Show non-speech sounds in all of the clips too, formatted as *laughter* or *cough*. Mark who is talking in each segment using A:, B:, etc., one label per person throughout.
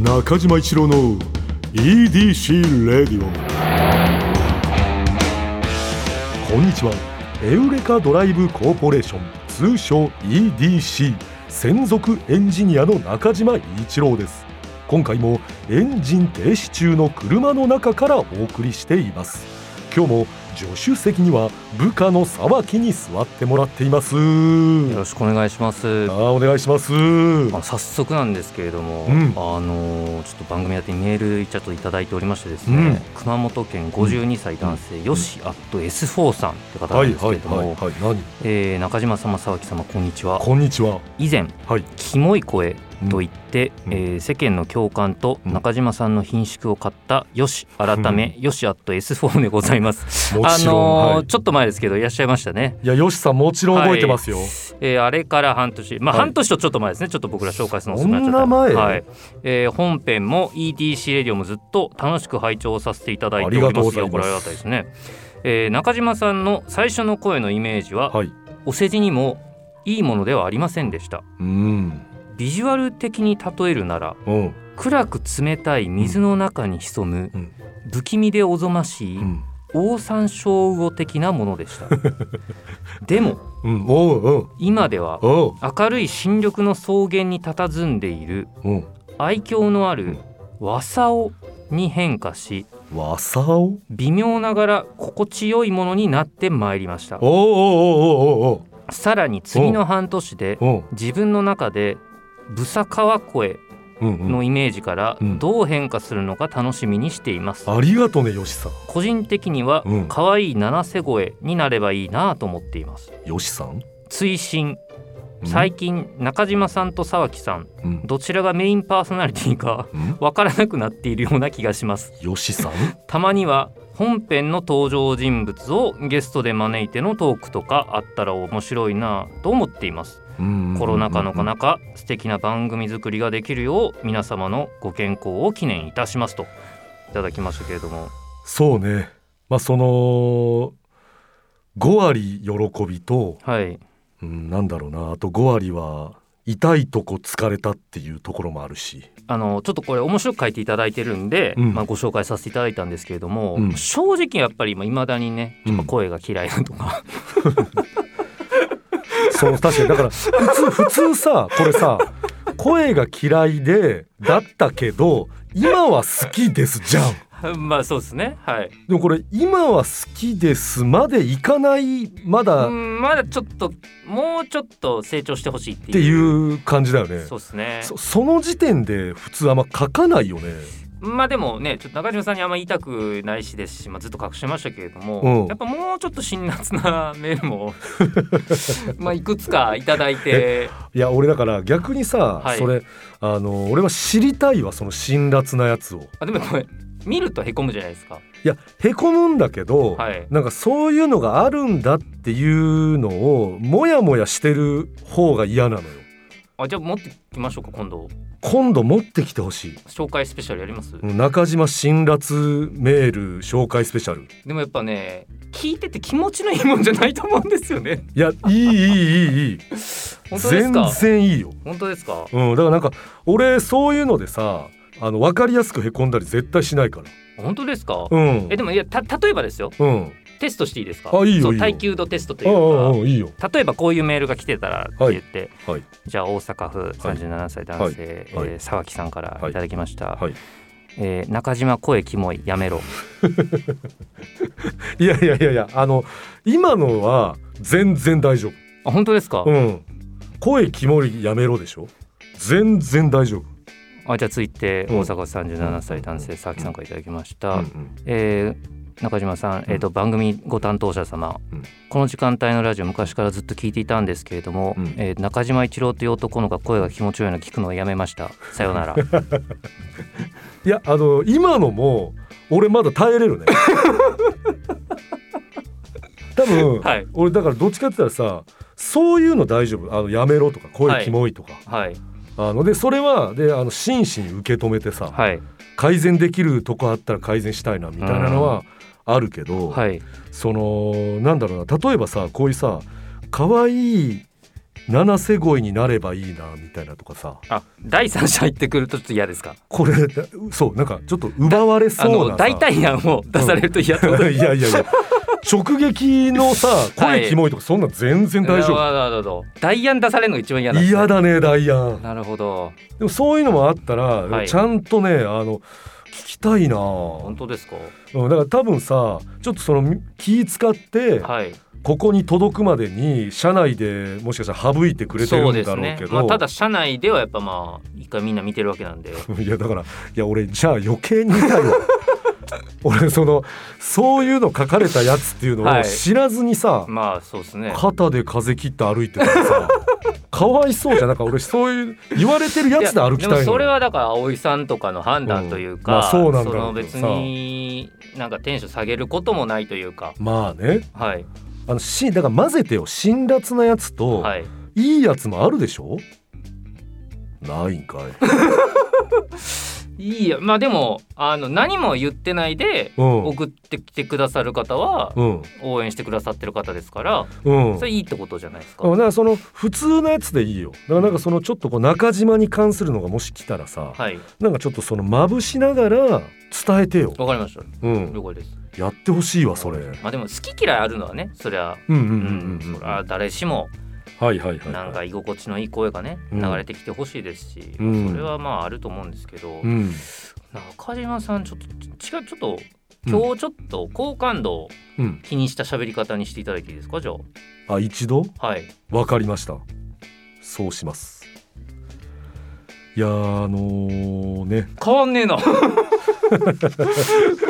A: 中島一郎の EDC レディオこんにちはエウレカドライブコーポレーション通称 EDC 専属エンジニアの中島一郎です今回もエンジン停止中の車の中からお送りしています今日も助手席には部下の沢木に座ってもらっています
B: よろしくお願いしま
A: あ。
B: す
A: ーお願いします
B: あ早速なんですけれども、
A: うん
B: あのーちょっと番組宛てにメールちょっといただいておりましてですね、
A: うん
B: 熊本県52歳男性、よしアット S4 さんって方な
A: はい
B: んですけ
A: は
B: れ
A: い
B: ども、
A: はいはい何
B: えー中島様沢木様こんにちは
A: こんにちは
B: 以前
A: はい
B: キモい声と言って、
A: うん
B: えー世間の共感と
A: うん
B: 中島さんの品縮を買ったよし改め、よしアット S4 でございます
A: も
B: あ
A: ちろん、
B: のー
A: はい、
B: ちょっと前ですけどいらっしゃいましたね
A: いやよしさんもちろん覚えてますよ、
B: えーあれから半年、まあ、
A: はい
B: 半年とちょっと前ですね、ちょっと僕ら紹介するの遅
A: そ
B: く
A: ん
B: な
A: な
B: っちゃった
A: 前
B: はいえー本編も EDC レディオもずっと楽しく拝聴させていただいております
A: ありがとうございます
B: これありがたいですね、えー中島さんの最初の声のイメージは、
A: はい
B: お世辞にもいいものではありませんでした
A: うん
B: ビジュアル的に例えるなら
A: うん
B: 暗く冷たい水の中に潜む、
A: うん
B: 不気味でおぞましい、
A: うん
B: オオサンショウウオ的なものでしたでも
A: うんおううん
B: 今では
A: おう
B: 明るい新緑の草原に佇んでいる
A: うん
B: 愛嬌のある和さおに変化し
A: わさお
B: 微妙ながら心地よいものになってまいりました
A: おうおうおうおう
B: さらに次の半年で
A: おうおう
B: 自分の中でブサカワ声
A: うんうん
B: のイメージから
A: うん
B: どう変化するのか楽しみにしています
A: ありがとねよしさん
B: 個人的には
A: うん
B: 可愛い七瀬声になればいいなと思っています
A: よしさん
B: 追伸最近中島さんと沢木さん
A: うん
B: どちらがメインパーソナリティか
A: うん
B: わからなくなっているような気がします
A: よしさん
B: たまには本編の登場人物をゲストで招いてのトークとかあったら面白いなぁと思っていますコロナ禍の
A: な
B: 中素敵な番組作りができるよう皆様のご健康を記念いたしますといただきましたけれども
A: そうねまあその5割喜びと、
B: はい
A: うん、なんだろうなあと5割は痛いとこ疲れたっていうところもあるし
B: あのちょっとこれ面白く書いていただいてるんで、
A: うん
B: まあ、ご紹介させていただいたんですけれども、
A: うん
B: 正直やっぱりいまだにね
A: うん
B: やっぱ声が嫌いだとか、 *laughs*
A: そう確かにだから普通普通さこれさ声が嫌いでだったけど今は好きですじゃん
B: まあそうですねはい
A: でもこれ今は好きですまでいかないまだ
B: う
A: っ
B: んまだちょっともうちょっと成長してほしいって
A: て
B: いう
A: いう感じだよね
B: そうですね
A: そその時点で普通あんま書かないよね
B: まあでもねちょっと中島さんにあんま言いたくないしですし、まあ、ずっと隠してましたけれども、
A: うん
B: やっぱもうちょっと辛辣なメール *laughs* もまあいくつかいただいて
A: いや俺だから逆にさ、
B: はい
A: それあの俺は知りたいわその辛辣なやつを
B: あでもこれ見るとへこむじゃないですか
A: いやへこむんだけど、
B: はい
A: なんかそういうのがあるんだっていうのをモヤモヤしてる方が嫌なのよ
B: あじゃあ持ってきましょうか今度
A: 今度持ってきてほしい
B: 紹介スペシャルやります、
A: 中島辛辣メール紹介スペシャル
B: でもやっぱね聞いてて気持ちのいいもんじゃないと思うんですよね
A: いやいいいいいいいい
B: 本当です
A: 全
B: か
A: 然いいよ、
B: 本当ですか
A: うん、だからなんか俺そういうのでさあの分かりやすくへこんだり絶対しないから
B: 本当ですか、
A: うん
B: えでもいやた例えばですよ
A: うん
B: テストしていいですか
A: あいいよ
B: そう
A: いいよ
B: 耐久度テストという
A: あ
B: か
A: あああいいよ
B: 例えばこういうメールが来てたらって言って、
A: はいはい
B: じゃあ大阪府37歳男性、え
A: はい
B: ー沢木さんからいただきました、
A: はい
B: えー中島声キモいやめろ
A: いやいやいやいやあの今のは全然大丈
B: あ本当ですか、
A: 夫うん声キモいやめろでしょ全然大丈夫
B: あじゃあ続いて
A: うん
B: 大阪府37歳男性沢木さんからいただきました、
A: うんうん
B: えー中島さん、えー、と番組ご担当者様、
A: うん
B: この時間帯のラジオ昔からずっと聞いていたんですけれども、
A: うん
B: えー中島一郎という男の子が声が気持ちよいの聞くのをやめましたさような
A: *laughs*
B: ら
A: いやあの今のも俺まだ耐えれ *laughs* るね多分、
B: はい
A: 俺だからどっちかって言ったらさそういうの大丈夫あのやめろとか
B: は
A: 声
B: い
A: キモいとか、
B: はい
A: あのでそれはであの真摯に受け止めてさ、
B: はい
A: 改善できるとこあったら改善したいなみたいなのはあるけど、
B: はい
A: そのなんだろうな例えばさこういうさ可愛い七瀬声になればいいなみたいなとかさ
B: あ第三者入ってくるとちょっと嫌ですか
A: これそうなんかちょっと奪われ
B: あ
A: そう
B: の
A: な
B: 代替案を出されると嫌ってこと
A: さいやいやいや直撃のさ
B: はい
A: 声キモいとかそんなん全然大丈夫
B: なるほどなるほど代案出されるのが一番嫌なんですね
A: 嫌だねダイアン
B: なるほど
A: でもそういうのもあったら、
B: い
A: ちゃんとねあの聞きたいな
B: 本当ですか
A: うんだから多分さちょっとその気使って
B: はい
A: ここに届くまでに社内でもしかしたら省いてくれてる
B: そうんで
A: だ
B: す
A: ろうけ
B: ね
A: ど
B: まあただ社内ではやっぱまあ一回みんな見てるわけなんで
A: *laughs* いやだからいや俺じゃあ余計に痛いわ *laughs* 俺そのそういうの書かれたやつっていうの
B: は
A: を
B: い
A: 知らずにさ、
B: まあそうですね
A: 肩で風切って歩いてたらさ *laughs* かわいそうじゃんなんか俺そういう言われてるやつで歩きたいの
B: やでも
A: よ
B: それはだから葵さんとかの判断というか、
A: うんまあそうなんだろ
B: の
A: うけどさ
B: 別になんかテンション下げることもないというか
A: まあね
B: はい
A: あのしだから混ぜてよ辛辣なやつと、
B: はい
A: い、いやつもあるでしょない
B: *laughs*
A: んかい
B: いいやまあでもあの何も言ってないで
A: うん
B: 送ってきてくださる方は
A: うん
B: 応援してくださってる方ですから
A: うん
B: それいいってことじゃないですか、
A: うんだからその普通のやつでいいよだからなんかそのちょっとこう中島に関するのがもし来たらさ、
B: はい
A: なんかちょっとそのまぶしながら伝えてよ、
B: わかりまし
A: う
B: た
A: ん、
B: 了解です
A: やってほしいわそれうん
B: まあでも好き嫌いあるのはねそりゃ
A: うんう
B: うん
A: んうん
B: そりゃ誰しも
A: はいはいはい
B: なん
A: は
B: か居心地のいい声がね
A: うん
B: 流れてきてほしいですし、
A: うん
B: それはまああると思うんですけど、
A: いうん
B: 中島さんちょっと違うちょっと
A: うん
B: 今日ちょっと好感度を
A: うん
B: 気にした喋り方にしていただいていいですかじゃ
A: あ一度
B: あはい
A: わかりましたそうしますいやーあのーね
B: 変わんね
A: *laughs*
B: えな変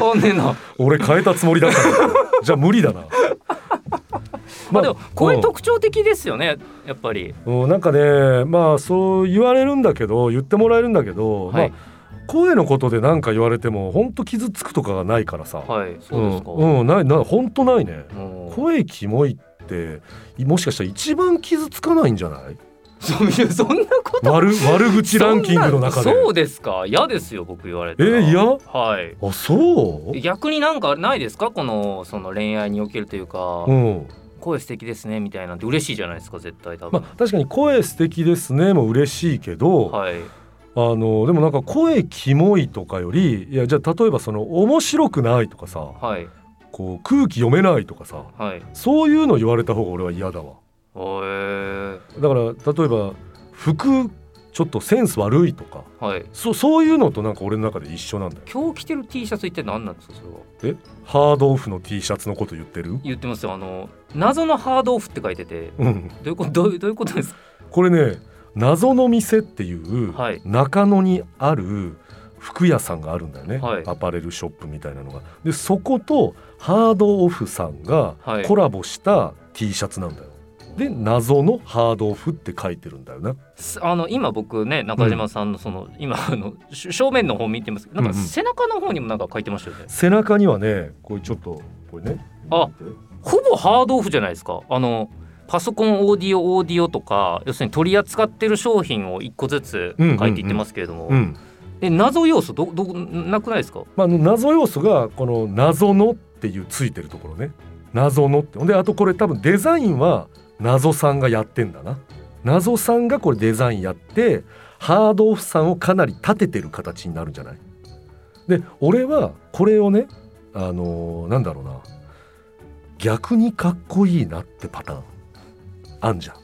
B: わんねえな
A: 俺変えたつもりだったんだ
B: *laughs*
A: けどじゃあ無理だな
B: まあでも声
A: うん
B: 特徴的ですよねやっぱり
A: うんなんかねまあそう言われるんだけど言ってもらえるんだけど、
B: はい
A: まあ、声のことで何か言われても本当傷つくとかがないからさ、
B: はいそうですか、
A: ん、うん、ないない本当ないね
B: もう
A: 声キモいってもしかしたら一番傷つかないんじゃない
B: *laughs* そういやそんなこと *laughs*
A: 悪悪口ランキングの中
B: そ
A: で
B: んなそうですか嫌ですよ僕言われて
A: えー嫌
B: はい
A: あそう
B: 逆になんかないですかこのその恋愛におけるというか、
A: うん
B: 声素敵ですねみたいなんて嬉しいじゃないですか絶対多
A: まあ
B: 分、
A: 確かに声素敵ですねも嬉しいけど、
B: はい
A: あのでもなんか声キモいとかよりいやじゃあ例えばその面白くないとかさ
B: はい
A: こう空気読めないとかさ
B: はい
A: そういうの言われた方が俺は嫌だわ
B: おえ
A: だから例えば服ちょっとセンス悪いとか
B: ー、はい
A: そそういうのとなんか俺の中で一緒なんだよ
B: 今日着てる T シャツ一体何なんですかそれは
A: ハードオフの T シャツのこと言ってる
B: 言ってますよあの謎のハードオフって書いてて
A: うん
B: どういうことどういうどういうことですか
A: これね謎の店っていう
B: はい
A: 中野にある服屋さんがあるんだよね、
B: はい
A: アパレルショップみたいなのがでそことハードオフさんが
B: はい
A: コラボした T シャツなんだよで謎のハードオフって書いてるんだよな
B: すあの今僕ね中島さんのその、今あのし正面の方見てますけどなんか
A: うんうん
B: 背中の方にもなんか書いてましたよね、
A: 背中にはねこれちょっとこれね
B: あほぼハードオフじゃないですかあのパソコンオーディオオーディオとか要するに取り扱ってる商品を一個ずつ書いていってますけれども、
A: うん
B: え謎要素どどなくないですか *laughs*
A: まあ、あの謎要素がこの「謎の」っていうついてるところね謎のってほんであとこれ多分デザインは謎さんがやってんだな謎さんがこれデザインやってハードオフさんをかなり立ててる形になるんじゃないで俺はこれをねあのーなんだろうな逆にかっこいいなってパターンあんじゃん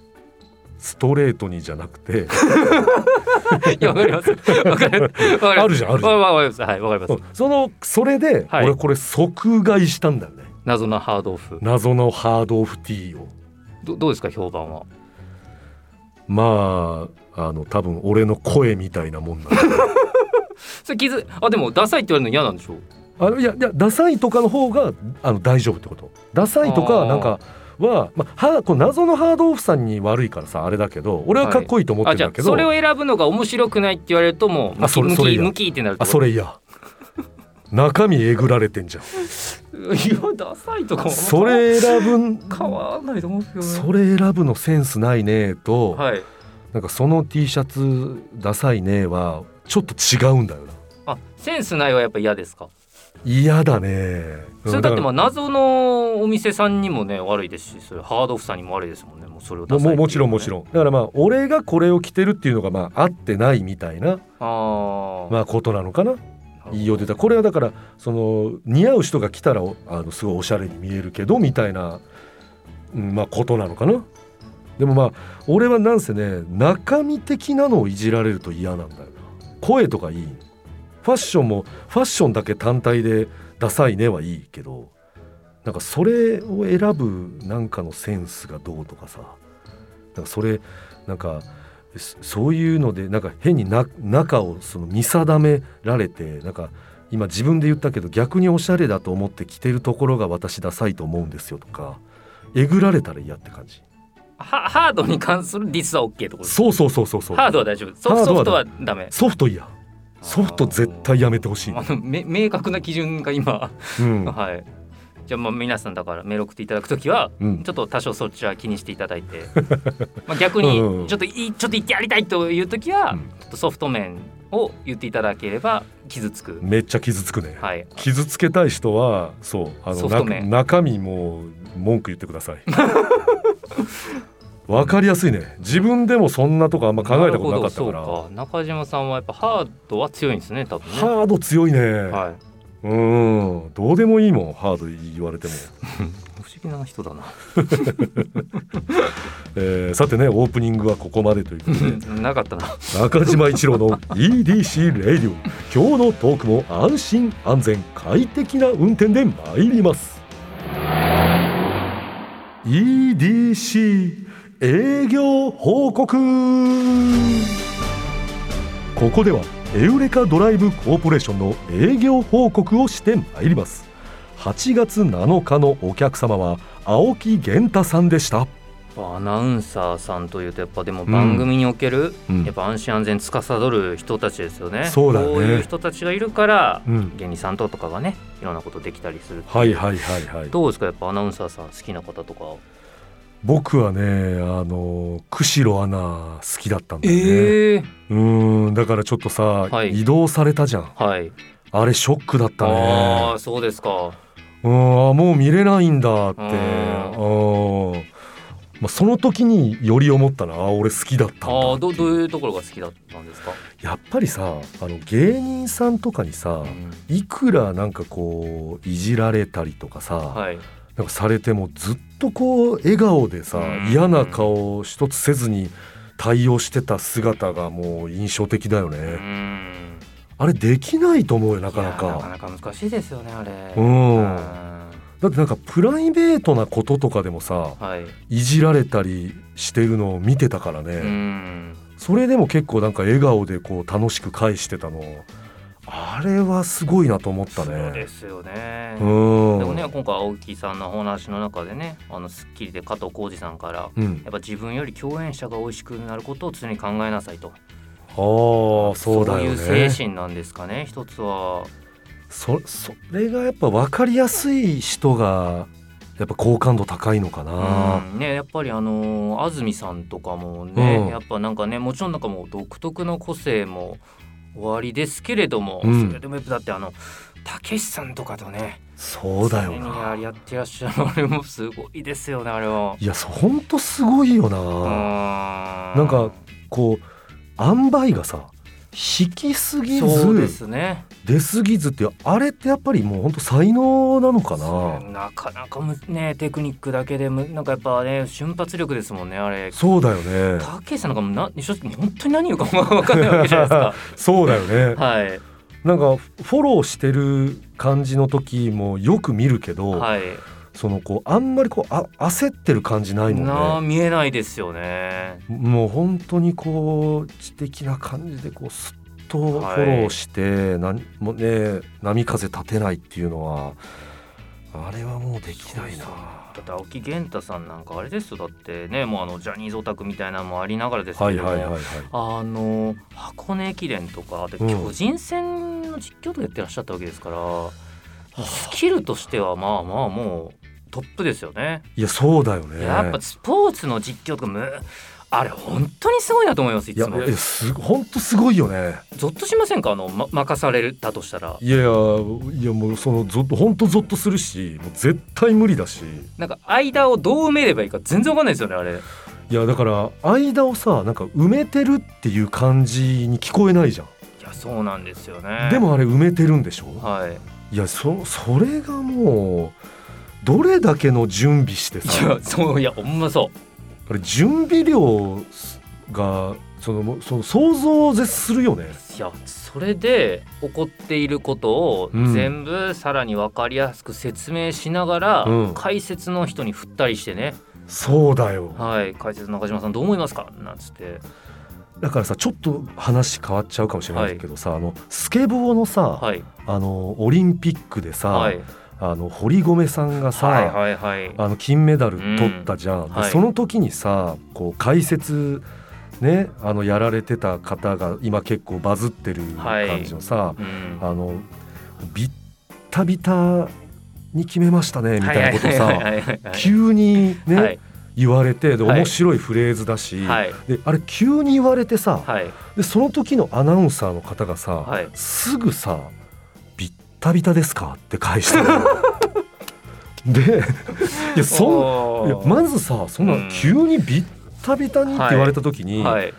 A: ストレートにじゃなくて *laughs*
B: いやわかりますわかりますわかります
A: あるじゃんあるじゃん
B: わわかりますはいわかります、
A: うんそのそれで
B: はい
A: 俺これ即買いしたんだよね、
B: 謎のハードオフ
A: 謎のハードオフティーを
B: どどうですか評判は
A: まああの多分俺の声みたいなもんなんだ
B: それ気づあでもダサいって言われるの嫌なんでしょう
A: あのいやいやダサいとかの方があの大丈夫ってことダサいと
B: あ
A: か
B: ー
A: なんかは、まあ、はこう謎のハードオフさんに悪いからさあれだけど俺はかっこいいと思って
B: あ
A: るん
B: じゃ
A: だ
B: あ
A: けど、
B: それを選ぶのが面白くないって言われるともうム
A: あ
B: キ
A: それ
B: ム
A: それ
B: キ
A: 嫌
B: ムキってなるって
A: あ
B: こと
A: それいや中身えぐられてんじゃん
B: いやダサいとかも
A: それ選ぶん
B: 変わんないと思うんですよね
A: それ選ぶのセンスないねと、
B: はい
A: なんかその T シャツダサいねはちょっと違うんだよな
B: あセンスないはやっぱ嫌ですか
A: 嫌だね
B: それだってまあ
A: うん
B: 謎のお店さんにもね悪いですしそれハードオフさんにも悪いですもんねもうそれを
A: も
B: 出さ
A: ももちろんもち
B: ん
A: ろんだからまあ俺がこれを着てるっていうのがまあ合ってないみたいな、
B: ああ、
A: まあ、ことなのかな言いようでたこれはだからその似合う人が来たらおあのすごいおしゃれに見えるけどみたいな、うんまあ、ことなのかなでもまあ俺はなんせね中身的なのをいじられると嫌なんだよな声とかいいファッションもファッションだけ単体でダサいねはいいけどなんかそれを選ぶなんかのセンスがどうとかさなんかそれなんかそそういうのでなんか変にな中をその見定められてなんか今自分で言ったけど逆におしゃれだと思って着てるところが私ダサいと思うんですよとかえぐられたら嫌って感じ
B: はハードに関するディスは OK ってことです
A: そうそうそうそうそう
B: ハードは大丈夫ソ
A: ハー
B: フ
A: ド
B: ソ
A: は
B: フトはダメ
A: ソフト嫌ソフト絶対やめてほしい、
B: あのめ明確な基準が今、
A: うん、
B: はいじゃあまあ皆さんだからメール送っていただくときは
A: うん
B: ちょっと多少そっちは気にしていただ
A: *laughs*
B: いてまあ逆
A: うんうん
B: にちょっといいちょっと言ってやりたいというときは、
A: うん
B: ちょっとソフト面を言っていただければ傷つく、
A: めっちゃ傷つくね、
B: はい
A: 傷つけたい人はそうあの
B: ソフト
A: な
B: 面
A: 中身も文句言ってくだ
B: *laughs*
A: さいわかりやすいね自分でもそんなとこあんま考えたことなかったから
B: るほどそうか中島さんはやっぱハードは強いんですね多分ね
A: ハード強いね、、
B: はい
A: うんどうでもいいもんハード言われても
B: 不思議な人だな *laughs*
A: えーさてねオープニングはここまでということで
B: なかったな
A: 中島一郎の EDC レイディオ今日のトークも安心安全快適な運転で参ります EDC 営業報告ここではエウレカドライブコーポレーションの営業報告をしてまいります8月7日のお客様は青木源太さんでした
B: アナウンサーさんというとやっぱでも番組における、
A: うん
B: やっぱ安心安全司る人たちですよね
A: そうだね
B: こういう人たちがいるから、
A: うん
B: 芸人さんととかがねいろんなことできたりする
A: はいはいはいはい
B: どうですかやっぱアナウンサーさん好きな方とか
A: 僕はねあの釧路アナ好きだったんだよね、
B: ええ
A: うーんだからちょっとさ、
B: はい
A: 移動されたじゃん
B: はい
A: あれショックだった
B: あ
A: ね
B: あそうですか
A: うんあもう見れないんだって
B: う
A: うんまあ、その時により思ったなあ俺好きだったん
B: あ
A: だ
B: あどどういうところが好きだったんですか、
A: やっぱりさあの芸人さんとかにさいくらなんかこういじられたりとかさ、
B: はい
A: なんかされてもずっとこう笑顔でさ
B: うん
A: 嫌な顔を一つせずに対応してた姿がもう印象的だよ
B: う
A: ね。
B: ん
A: あれできないと思うよなかない
B: やなか
A: か。
B: なか難しいですよねあれ
A: うん
B: うん
A: だってなんかプライベートなこととかでもさ
B: はい
A: いじられたりしてるのを見てたから
B: う
A: ね。
B: ん
A: それでも結構なんか笑顔でこう楽しく返してたの。あれはすごいなと思った
B: そうで
A: ね。
B: すよね
A: う
B: でも
A: ん。
B: ね今回青木さんのお話の中でね「あのスッキリ」で加藤浩次さんから
A: うん
B: や、っぱ自分より共演者が美味しくなることを常に考えなさいと
A: ああそうだよね。
B: そういう精神なんですかね一つは
A: そそれがやっぱ分かりやすい人がやっぱ好感度高いのかな、
B: うんねやっぱりあのー安住さんとかもね、
A: うん
B: やっぱなんかねもちろんなんかもう独特の個性もおありですけれども、
A: うん
B: それでもやっぱだってあのたけしさんとかとね
A: そうだよ
B: 常にあ
A: な
B: れやってらっしゃるあれもすごいですよねあれは。
A: いやそほんとすごいよな、な
B: なん
A: かこう塩梅がさ引きすぎ
B: そうで
A: ず
B: すね
A: 出すぎずっていうあれってやっぱりもうほんと才能なのか
B: それ
A: な
B: なかなかむねテクニックだけでむなんかやっぱね瞬発力ですもんねあれ
A: そうだよね
B: たけしさんなんかもうな正直本当に何言うかも分かんないわけじゃないです
A: そうだよね *laughs*
B: かはい
A: なんかフォローしてる感じの時もよく見るけど、
B: はい
A: そのこうあんまりこうあ焦ってる感じないもんね
B: なあ見えないですよね。
A: もう本当にこう知的な感じでこうすっとフォローして、なんもうね波風立てないっていうのはあれはもうできないな
B: そうだって青木源太さんなんかあれですよだってねもうあのジャニーズオタクみたいなのもありながらですけ
A: はい
B: れども、
A: はいはいはい
B: あの箱根駅伝とかで
A: うん
B: 巨人戦の実況とかやってらっしゃったわけですから、スキルとしてはまあまあもうトップですよね。
A: いやそうだよね
B: やっぱスポーツの実況とかむあれ本当にすごいなと思いますい
A: いや
B: つも
A: いやす本当すごいよね
B: ゾッとしませんかあの、ま、任されたとしたら
A: いやいやいやもうそのゾッと本当ゾッとするしもう絶対無理だし
B: なんか間をどう埋めればいいか全然わかんないですよねあれ
A: いやだから間をさなんか埋めてるっていう感じに聞こえないじゃん、
B: いやそうなんですよね
A: でもあれ埋めてるんでしょ
B: はい
A: いやそそれがもうどれだけの準備して
B: い
A: さ
B: やそういやほんまそ
A: あれ準備量がそのもうその想像を絶するよね
B: ういやそれで起こっていることを
A: うん
B: 全部さらに分かりやすく説明しながら、
A: うん
B: 解説の人に振ったりしてね
A: そうだよ
B: 「はい解説の中島さんどう思いますか?」なんつって
A: だからさちょっと話変わっちゃうかもしれないけどさ、あのスケボーのさ、
B: はい
A: あのオリンピックでさ、
B: はい
A: あの堀米さんがさ、
B: はいはいはい
A: あの金メダル取ったじゃん、
B: ん
A: で
B: はい
A: その時にさこう解説ねあのやられてた方が今結構バズってる
B: はい
A: 感じのさ、
B: うん
A: あのビッタビタに決めましたねみたいなことを
B: はいは
A: さ
B: いはいはい
A: 急にね、
B: はい
A: 言われてで
B: はい
A: 面白いフレーズだし、
B: はい
A: であれ急に言われてさ、
B: はい
A: でその時のアナウンサーの方がさ、
B: はい
A: すぐさ「ビッタビタですか?」って返したのよ
B: *laughs*
A: でいやそんいや
B: そ
A: まずさそん
B: う
A: なん急にビッタビタにって言われた時に、
B: はい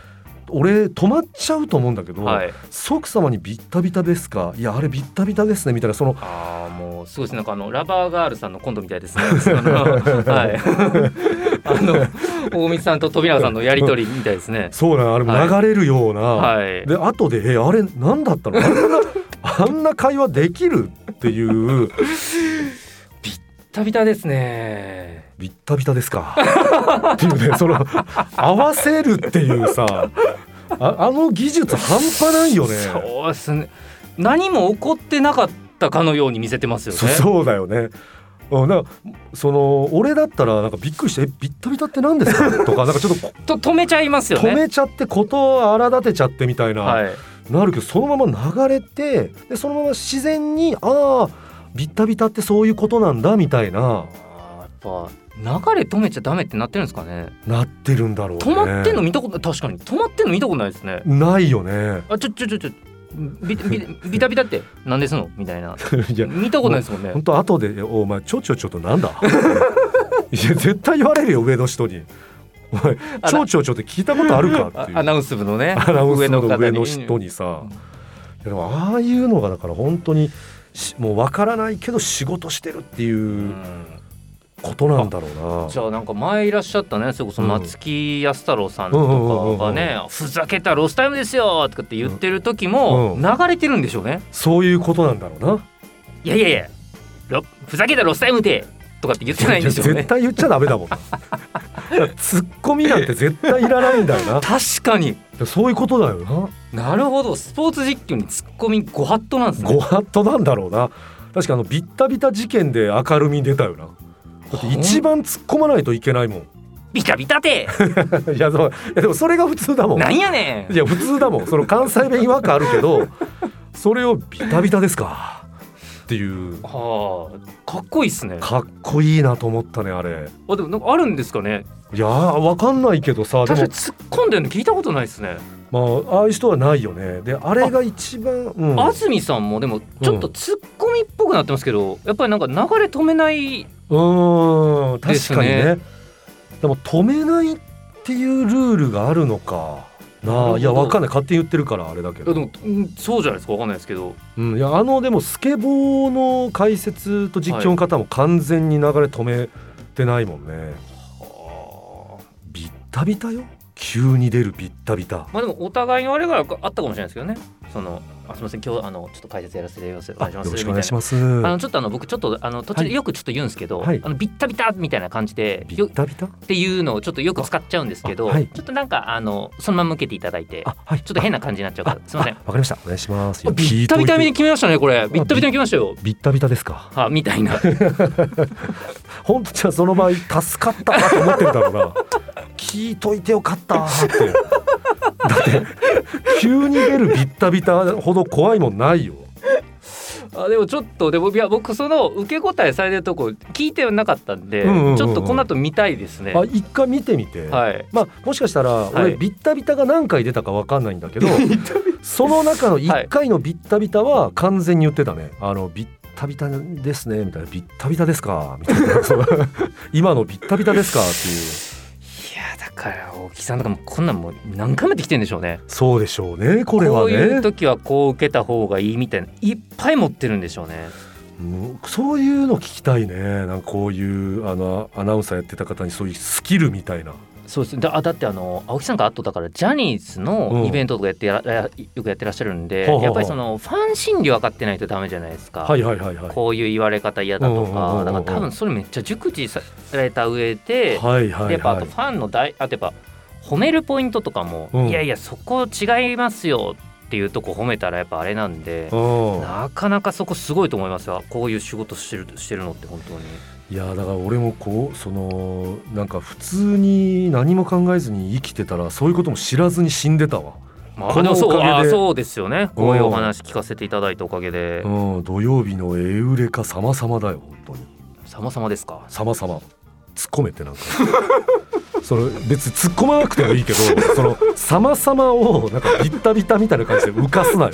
A: 俺止まっちゃうと思うんだけど、
B: はい
A: 即様に「ビッタビタですか?」「いやあれビッタビタですね」みたいなその
B: ああもうすごいですなんかあのラバーガールさんのコントみたいですね。あのはい。 *laughs* あの大水さんと富永さんのやりとりみたいですね。
A: そうなあれも
B: はい
A: 流れるような、
B: はい。
A: で後で「えあれ何だったのあんな *laughs* あんな会話できる?」っていう
B: ビタビタですね。
A: ビッタビタですかっていうねその合わせるっていうさああの技術半端ないよね
B: そうですね。何も起こってなかったかのように見せてますよね。
A: そそうだよねうんなんかその俺だったらなんかびっくりして「えビッタビタって何ですか?」とかなんかちょっとこ
B: と止めちゃいますよ
A: 止
B: ね。
A: めちゃってことを荒立てちゃってみたいな、
B: はい。
A: なるけどそのまま流れてでそのまま自然に「ああビッタビタってそういうことなんだ」みたいな
B: あーやっぱ流れ止めちゃダメってなってるんですかね。
A: なってるんだろうね。
B: 止まってんの見たこと確かに止まってんの見たことないですね。
A: ないよね。
B: あちょちょちょちょビビビタビタって何ですのみたい *laughs* ない
A: や
B: 見たことないですもんね
A: 本。当後で「お前ちょちょちょとなんだ? 」 *laughs* いや絶対言われるよ上の人に「お前
B: あ
A: ちょちょちょって聞いたことある
B: *laughs*
A: か?」
B: あ
A: っていう
B: アナウンス部のね
A: *laughs* アナウンス
B: 上の
A: の
B: 方
A: 上
B: に
A: の人にさいやでもああいうのがだから本当にしもう分からないけど仕事してるって
B: う
A: いうんことなんだろうな。
B: じゃあなんか前いらっしゃったねそれこそ
A: うん
B: 松木安太郎さんとかが
A: うんうんうん
B: ね「ふざけたロスタイムですよ!」とかって言ってる時も
A: うん
B: 流れてるんでしょうね。
A: そういうことなんだろうな。
B: いやいやいやロふざけたロスタイムでとかって言ってないんでしょう
A: 絶
B: ね。
A: 対言っちゃダメだもん。だからツッコミなんて絶対いらないんだよ
B: 確かに
A: な。そういうことだよな。
B: なるほどスポーツ実況にツッコミご法度なんです
A: ご
B: ね。
A: 法度なんだろうな確かあのビッタビタ事件で明るみに出たよなだって一番突っ込まないといけないもん
B: ビタビタて
A: いや *laughs* そういやでもそれが普通だもん
B: なん
A: い
B: やねん
A: や普通だもんその関西弁違和感あるけどそれをビタビタですかっていう
B: はあかっこいいっすね。
A: かっこいいなと思ったねあれ
B: あでもなんかあるんですかね。
A: いやーわかんないけどさで
B: 確か
A: も
B: に突っ込んでるの聞いたことないですね。
A: まあああいう人はないよねであれが一番うん
B: 安住さんもでもちょっと突っ込みっぽくなってますけど、やっぱりなんか流れ止めない。
A: うーん
B: で
A: 確
B: す
A: かにね
B: ね
A: でも止めないっていうルールがあるのか
B: なる
A: な
B: ほ
A: あ
B: ど
A: いやわかんない勝手に言ってるからあれだけ
B: いや
A: ど
B: でもうんそうじゃないですかわかんないですけど。
A: うん、いやあのでもスケボーの解説と実況の方も完全に流れ止めてないもんね、ビッタビタよ急に出るビッタビタ
B: まあでもお互いのあれがあったかもしれないですけどね。そのあすみません今日あのちょっと解説やらせていただきますお
A: あ
B: 願い
A: よろし
B: しますみ
A: たく
B: い
A: お願
B: ない
A: し。ます
B: あのちょっとあの僕ちょっとあの途中
A: は
B: で
A: い
B: よくちょっと言うんですけど、
A: はい
B: あのビッタビタみたいな感じで
A: ビ
B: よ
A: ッタビタ
B: っていうのをちょっとよく使っちゃうんですけど、
A: あはい
B: ちょっとなんかあのそのまま受けていただいて
A: あはい
B: ちょっと変な感じになっちゃうからすみません
A: あ。わかりましたお願いしますいや
B: ビッタビタ
A: 聞
B: に
A: いといて
B: 決めましたねこれビッタビタに決めましたよ。
A: ビッタビタですか
B: はみたいな。
A: 本当じゃあその場合助かったなと思ってるだろうな聞いといてよかったってだって急に出るビッタビタほど怖いもんないよ
B: あでもちょっとでもいや僕その受け答えされてるとこ聞いてなかったんで、
A: うんうんうんうん
B: ちょっとこの後見たいですね。
A: あ一回見てみて、
B: はい。
A: まあ、もしかしたら
B: は
A: 俺
B: い
A: ビッタビタが何回出たかわかんないんだけど、その中の1回のビッタビタは完全に言ってたね「あのビッタビタですね」みたいな「ビッタビタですか」みたいなその今のビッタビタですかっていう
B: いやだから大木さんとかもこんなんもう何回もできてんでしょうね。
A: そうでしょうねこれは
B: こうい
A: ね
B: う時はこう受けた方がいいみたいないっぱい持ってるんでしょうね。
A: うんそういうの聞きたいねなんかこういうあのアナウンサーやってた方にそういうスキルみたいな。
B: そうですね。だあだってあの青木さんがあとだからジャニーズ
A: うん
B: のイベントとかやってやら、よくやってらっしゃるんで、
A: ほうほうほう
B: やっぱりそのファン心理分かってないとダメじゃないですか。
A: はいはいはいはい。
B: こういう言われ方嫌だと
A: うんうんうんうんう
B: か、
A: ん
B: だから多分それめっちゃ熟知された上で、
A: はいはいはい。
B: やっぱあとファンの大あとやっぱ褒めるポイントとかも、
A: うん
B: いやいやそこ違いますよっていうとこ褒めたらやっぱあれなんで、
A: うん
B: なかなかそこすごいと思いますよこういう仕事してるしてるのって本当に
A: いやだから俺もこうそのなんか普通に何も考えずに生きてたらそういうことも知らずに死んでたわ、
B: ま
A: この
B: あでもそ
A: お
B: う
A: かげで
B: あーそうですよねこういうお話聞かせていただいたおかげで
A: うん、土曜日のエウレカ様々だよ本当に
B: 様々ですか *laughs*
A: 様々突っ込めってなんかその別に突っ込まなくてもいいけどその様々をなんかビッタビタみたいな感じで浮かすなよ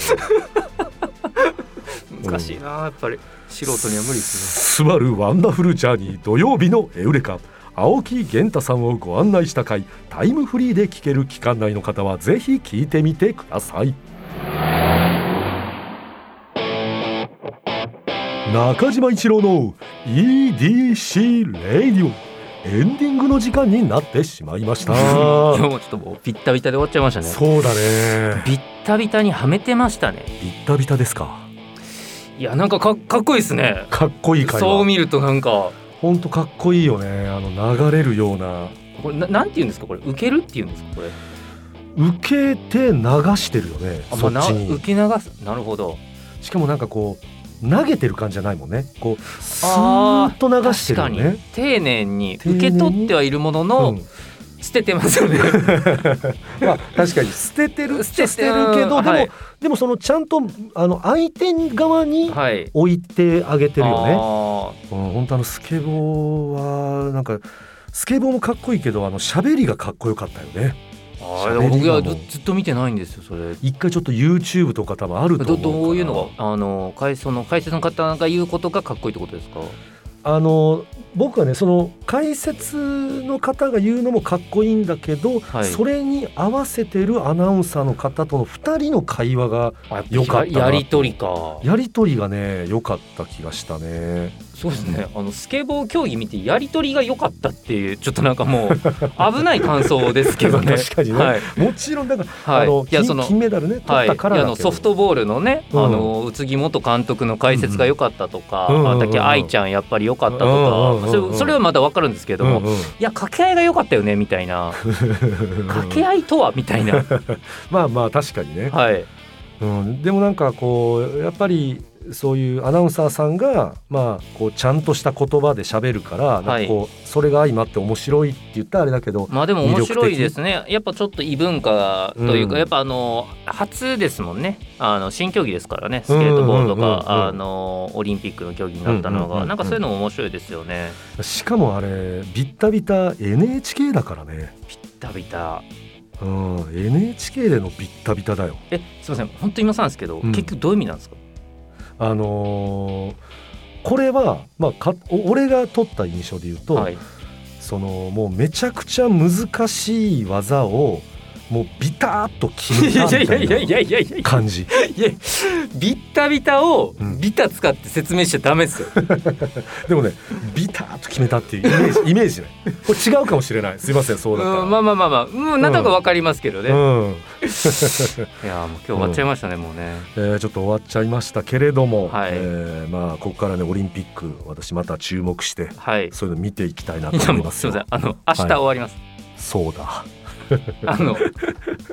B: 難しいなやっぱり素人には無理です
A: ス
B: ね
A: バルワンダフルジャーニー土曜日のエウレカ青木源太さんをご案内した回タイムフリーで聴ける期間内の方はぜひ聴いてみてください中島一郎の EDC レイディオエンディングの時間になってしまいました
B: *laughs* 今日もちょっともうビッタビタで終わっちゃいましたね
A: そうだね
B: ビッタビタにはめてましたね
A: ビッタビタですか
B: いやなんかかかっこいいですね
A: かっこいい会
B: そう
A: 話
B: 見るとなんか
A: ほんとかっこいいよねあの流れるような
B: これななんて言うんですかこれ受けるって言うんですかこれ
A: 受けて流してるよね
B: あ
A: そっ
B: まあ
A: ち
B: な受
A: に
B: け流すなるほど
A: しかもなんかこう投げてる感じじゃないもんねこうスー
B: あー
A: ッと流してるよ
B: 確
A: ね
B: かに丁寧に
A: 丁寧に
B: 受け取ってはいるものの、
A: うん
B: 捨ててますよ
A: *laughs*
B: ね
A: まあ確かに捨ててるっちゃ捨
B: 捨
A: て
B: てて
A: るけど、
B: う
A: でも、
B: んはい
A: でもそのちゃんとあの相手側に
B: はい捨
A: 置いてあげてるよね、
B: よね
A: うん、本当あのスケボーはなんかスケボーもかっこいいけどあの喋りがかっこよかったよね
B: あーあ
A: 喋
B: ー
A: り
B: で
A: が
B: も僕
A: も
B: は
A: う
B: ずずっと見てないんですよそれ
A: 一回ちょっと YouTube とか多分あると思
B: ど
A: うから
B: どういうのがあの解その解説の方が言うことがかっこいいってことですか
A: あの僕はねその解説の方が言うのもかっこいいんだけど、
B: はい
A: それに合わせてるアナウンサーの方との2人の会話がよかったな
B: ややり取りか
A: やり取りがね良かった気がしたね。
B: そうですねあのスケボー競技見てやり取りが良かったっていうちょっとなんかもう危ない感想ですけどね
A: *laughs* 確かにね
B: はい
A: もちろんだから、
B: *laughs* はい
A: あの
B: いや
A: 金
B: その
A: 金メダルね取
B: はい、
A: ったからだけど、
B: いやあのソフトボールのね、
A: うん
B: あの宇津木元監督の解説が良かったとか、
A: うんうんうん
B: あだけ愛ちゃんやっぱり良かったとか、
A: うんうんうんうん
B: それそれはまだ分かるんですけども、
A: うん
B: い
A: うん
B: や掛け合いが良かったよねみたいな掛け合いとはみた
A: *laughs*
B: いな
A: まあまあ確かにね、
B: はい
A: うん、でもなんかこうやっぱりそういうアナウンサーさんが、まあ、こうちゃんとした言葉で喋るから、なんかこうそれが相まって面白いって言ったらあれだけど、
B: まあでも面白いですねやっぱちょっと異文化というか、
A: うん
B: やっぱあの初ですもんねあの新競技ですからねスケートボードと
A: うんうんうんうんうん
B: かあのオリンピックの競技になったのが、
A: うんうんうんうん
B: なんかそういうのも面白いですよね。
A: しかもあれビッタビタ NHK だからね、
B: ビタビタ
A: うん、NHK でのビッタビタだよ
B: えすいません本当に今さんですけど、
A: うん
B: 結局どういう意味なんですか
A: あのーこれは、まあ、かお俺が取った印象で言うと、
B: はい
A: そのもうめちゃくちゃ難しい技をもうビターっと決めたみたいな
B: やいやいやい
A: 感じ
B: やビッタビタを
A: うん
B: ビタ使って説明しちゃダメですよ、
A: でもねビターっと決めたっていうイメージイメージねこれ違うかもしれないすいませんそうだったら
B: うんまあまあまあまあもうなんとかわかりますけどね、い
A: うん
B: やーもう今日終わっちゃいましたね、もうね
A: えーちょっと終わっちゃいましたけれども、
B: はい
A: えーまあ、ここからねオリンピック私また注目して
B: はい
A: そういうの見ていきたいなと
B: いや
A: 思い
B: も
A: ま
B: う
A: す
B: すい
A: よ
B: ませんあの明日終わります、
A: そうだ
B: あの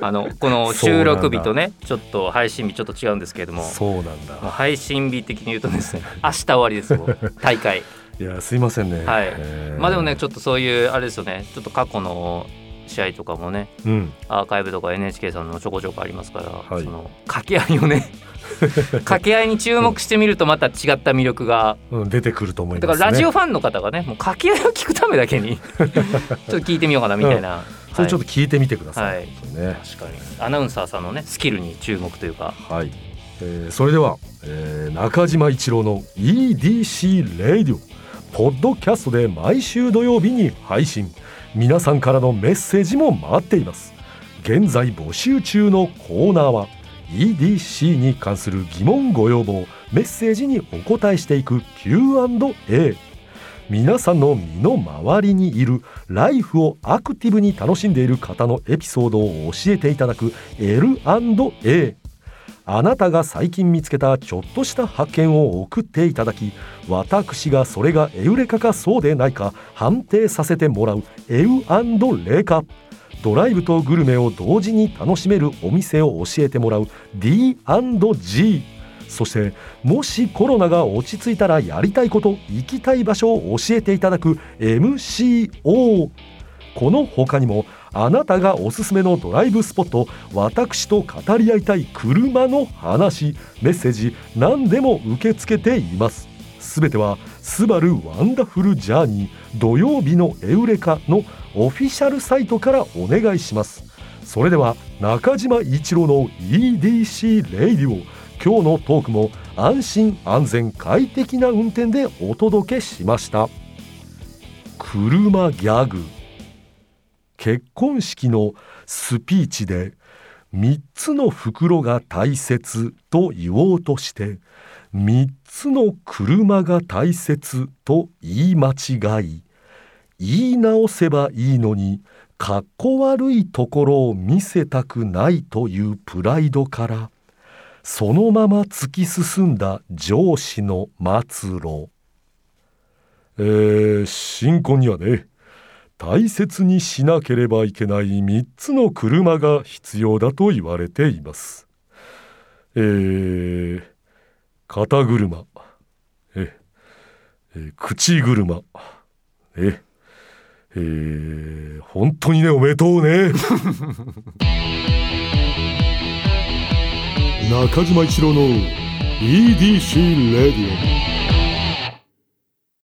B: あのこの収録日とねちょっと配信日ちょっと違うんですけれども
A: そうなん
B: もう
A: だ
B: 配信日的に言うとですね明日終わりですもう大会
A: いやすいませんね、
B: はい
A: えー
B: まあでもねちょっとそういうあれですよねちょっと過去の試合とかもね
A: うん
B: アーカイブとか NHK さんのちょこちょこありますから、
A: はい
B: その掛け合いをね *laughs* 掛け合いに注目してみるとまた違った魅力が
A: うん、出てくると思います、
B: だ
A: ね、
B: からラジオファンの方がねもう掛け合いを聞くためだ
A: *laughs*
B: けにちょっと聞いてみようかなみたいな、
A: それちょっ
B: と
A: と聞いてみてください、
B: はい
A: ね
B: 確かにアナウンサーさんのねスキルに注目というか
A: はい、えーそれでは、えー中島一郎の EDC レイディオポッドキャストで毎週土曜日に配信皆さんからのメッセージも待っています現在募集中のコーナーは EDC に関する疑問ご要望メッセージにお答えしていく Q&A 皆さんの身の回りにいるライフをアクティブに楽しんでいる方のエピソードを教えていただく L&A あなたが最近見つけたちょっとした発見を送っていただき私がそれがエウレカかそうでないか判定させてもらうエウレカドライブとグルメを同時に楽しめるお店を教えてもらう D&G そしてもしコロナが落ち着いたらやりたいこと行きたい場所を教えていただく MCO この他にもあなたがおすすめのドライブスポット私と語り合いたい車の話メッセージ何でも受け付けていますすべては「スバルワンダフルジャーニー土曜日のエウレカ」のオフィシャルサイトからお願いしますそれでは中島一郎の EDC レイディオ今日のトークも安心安全快適な運転でお届けしました車ギャグ結婚式のスピーチで3つの袋が大切と言おうとして3つの車が大切と言い間違い言い直せばいいのにかっこ悪いところを見せたくないというプライドからそのまま突き進んだ上司の末路えー新婚にはね大切にしなければいけない3つの車が必要だと言われています。えー、肩車、ええー口車、ええー本当にねおめでとうね中島一郎の EDC レディオ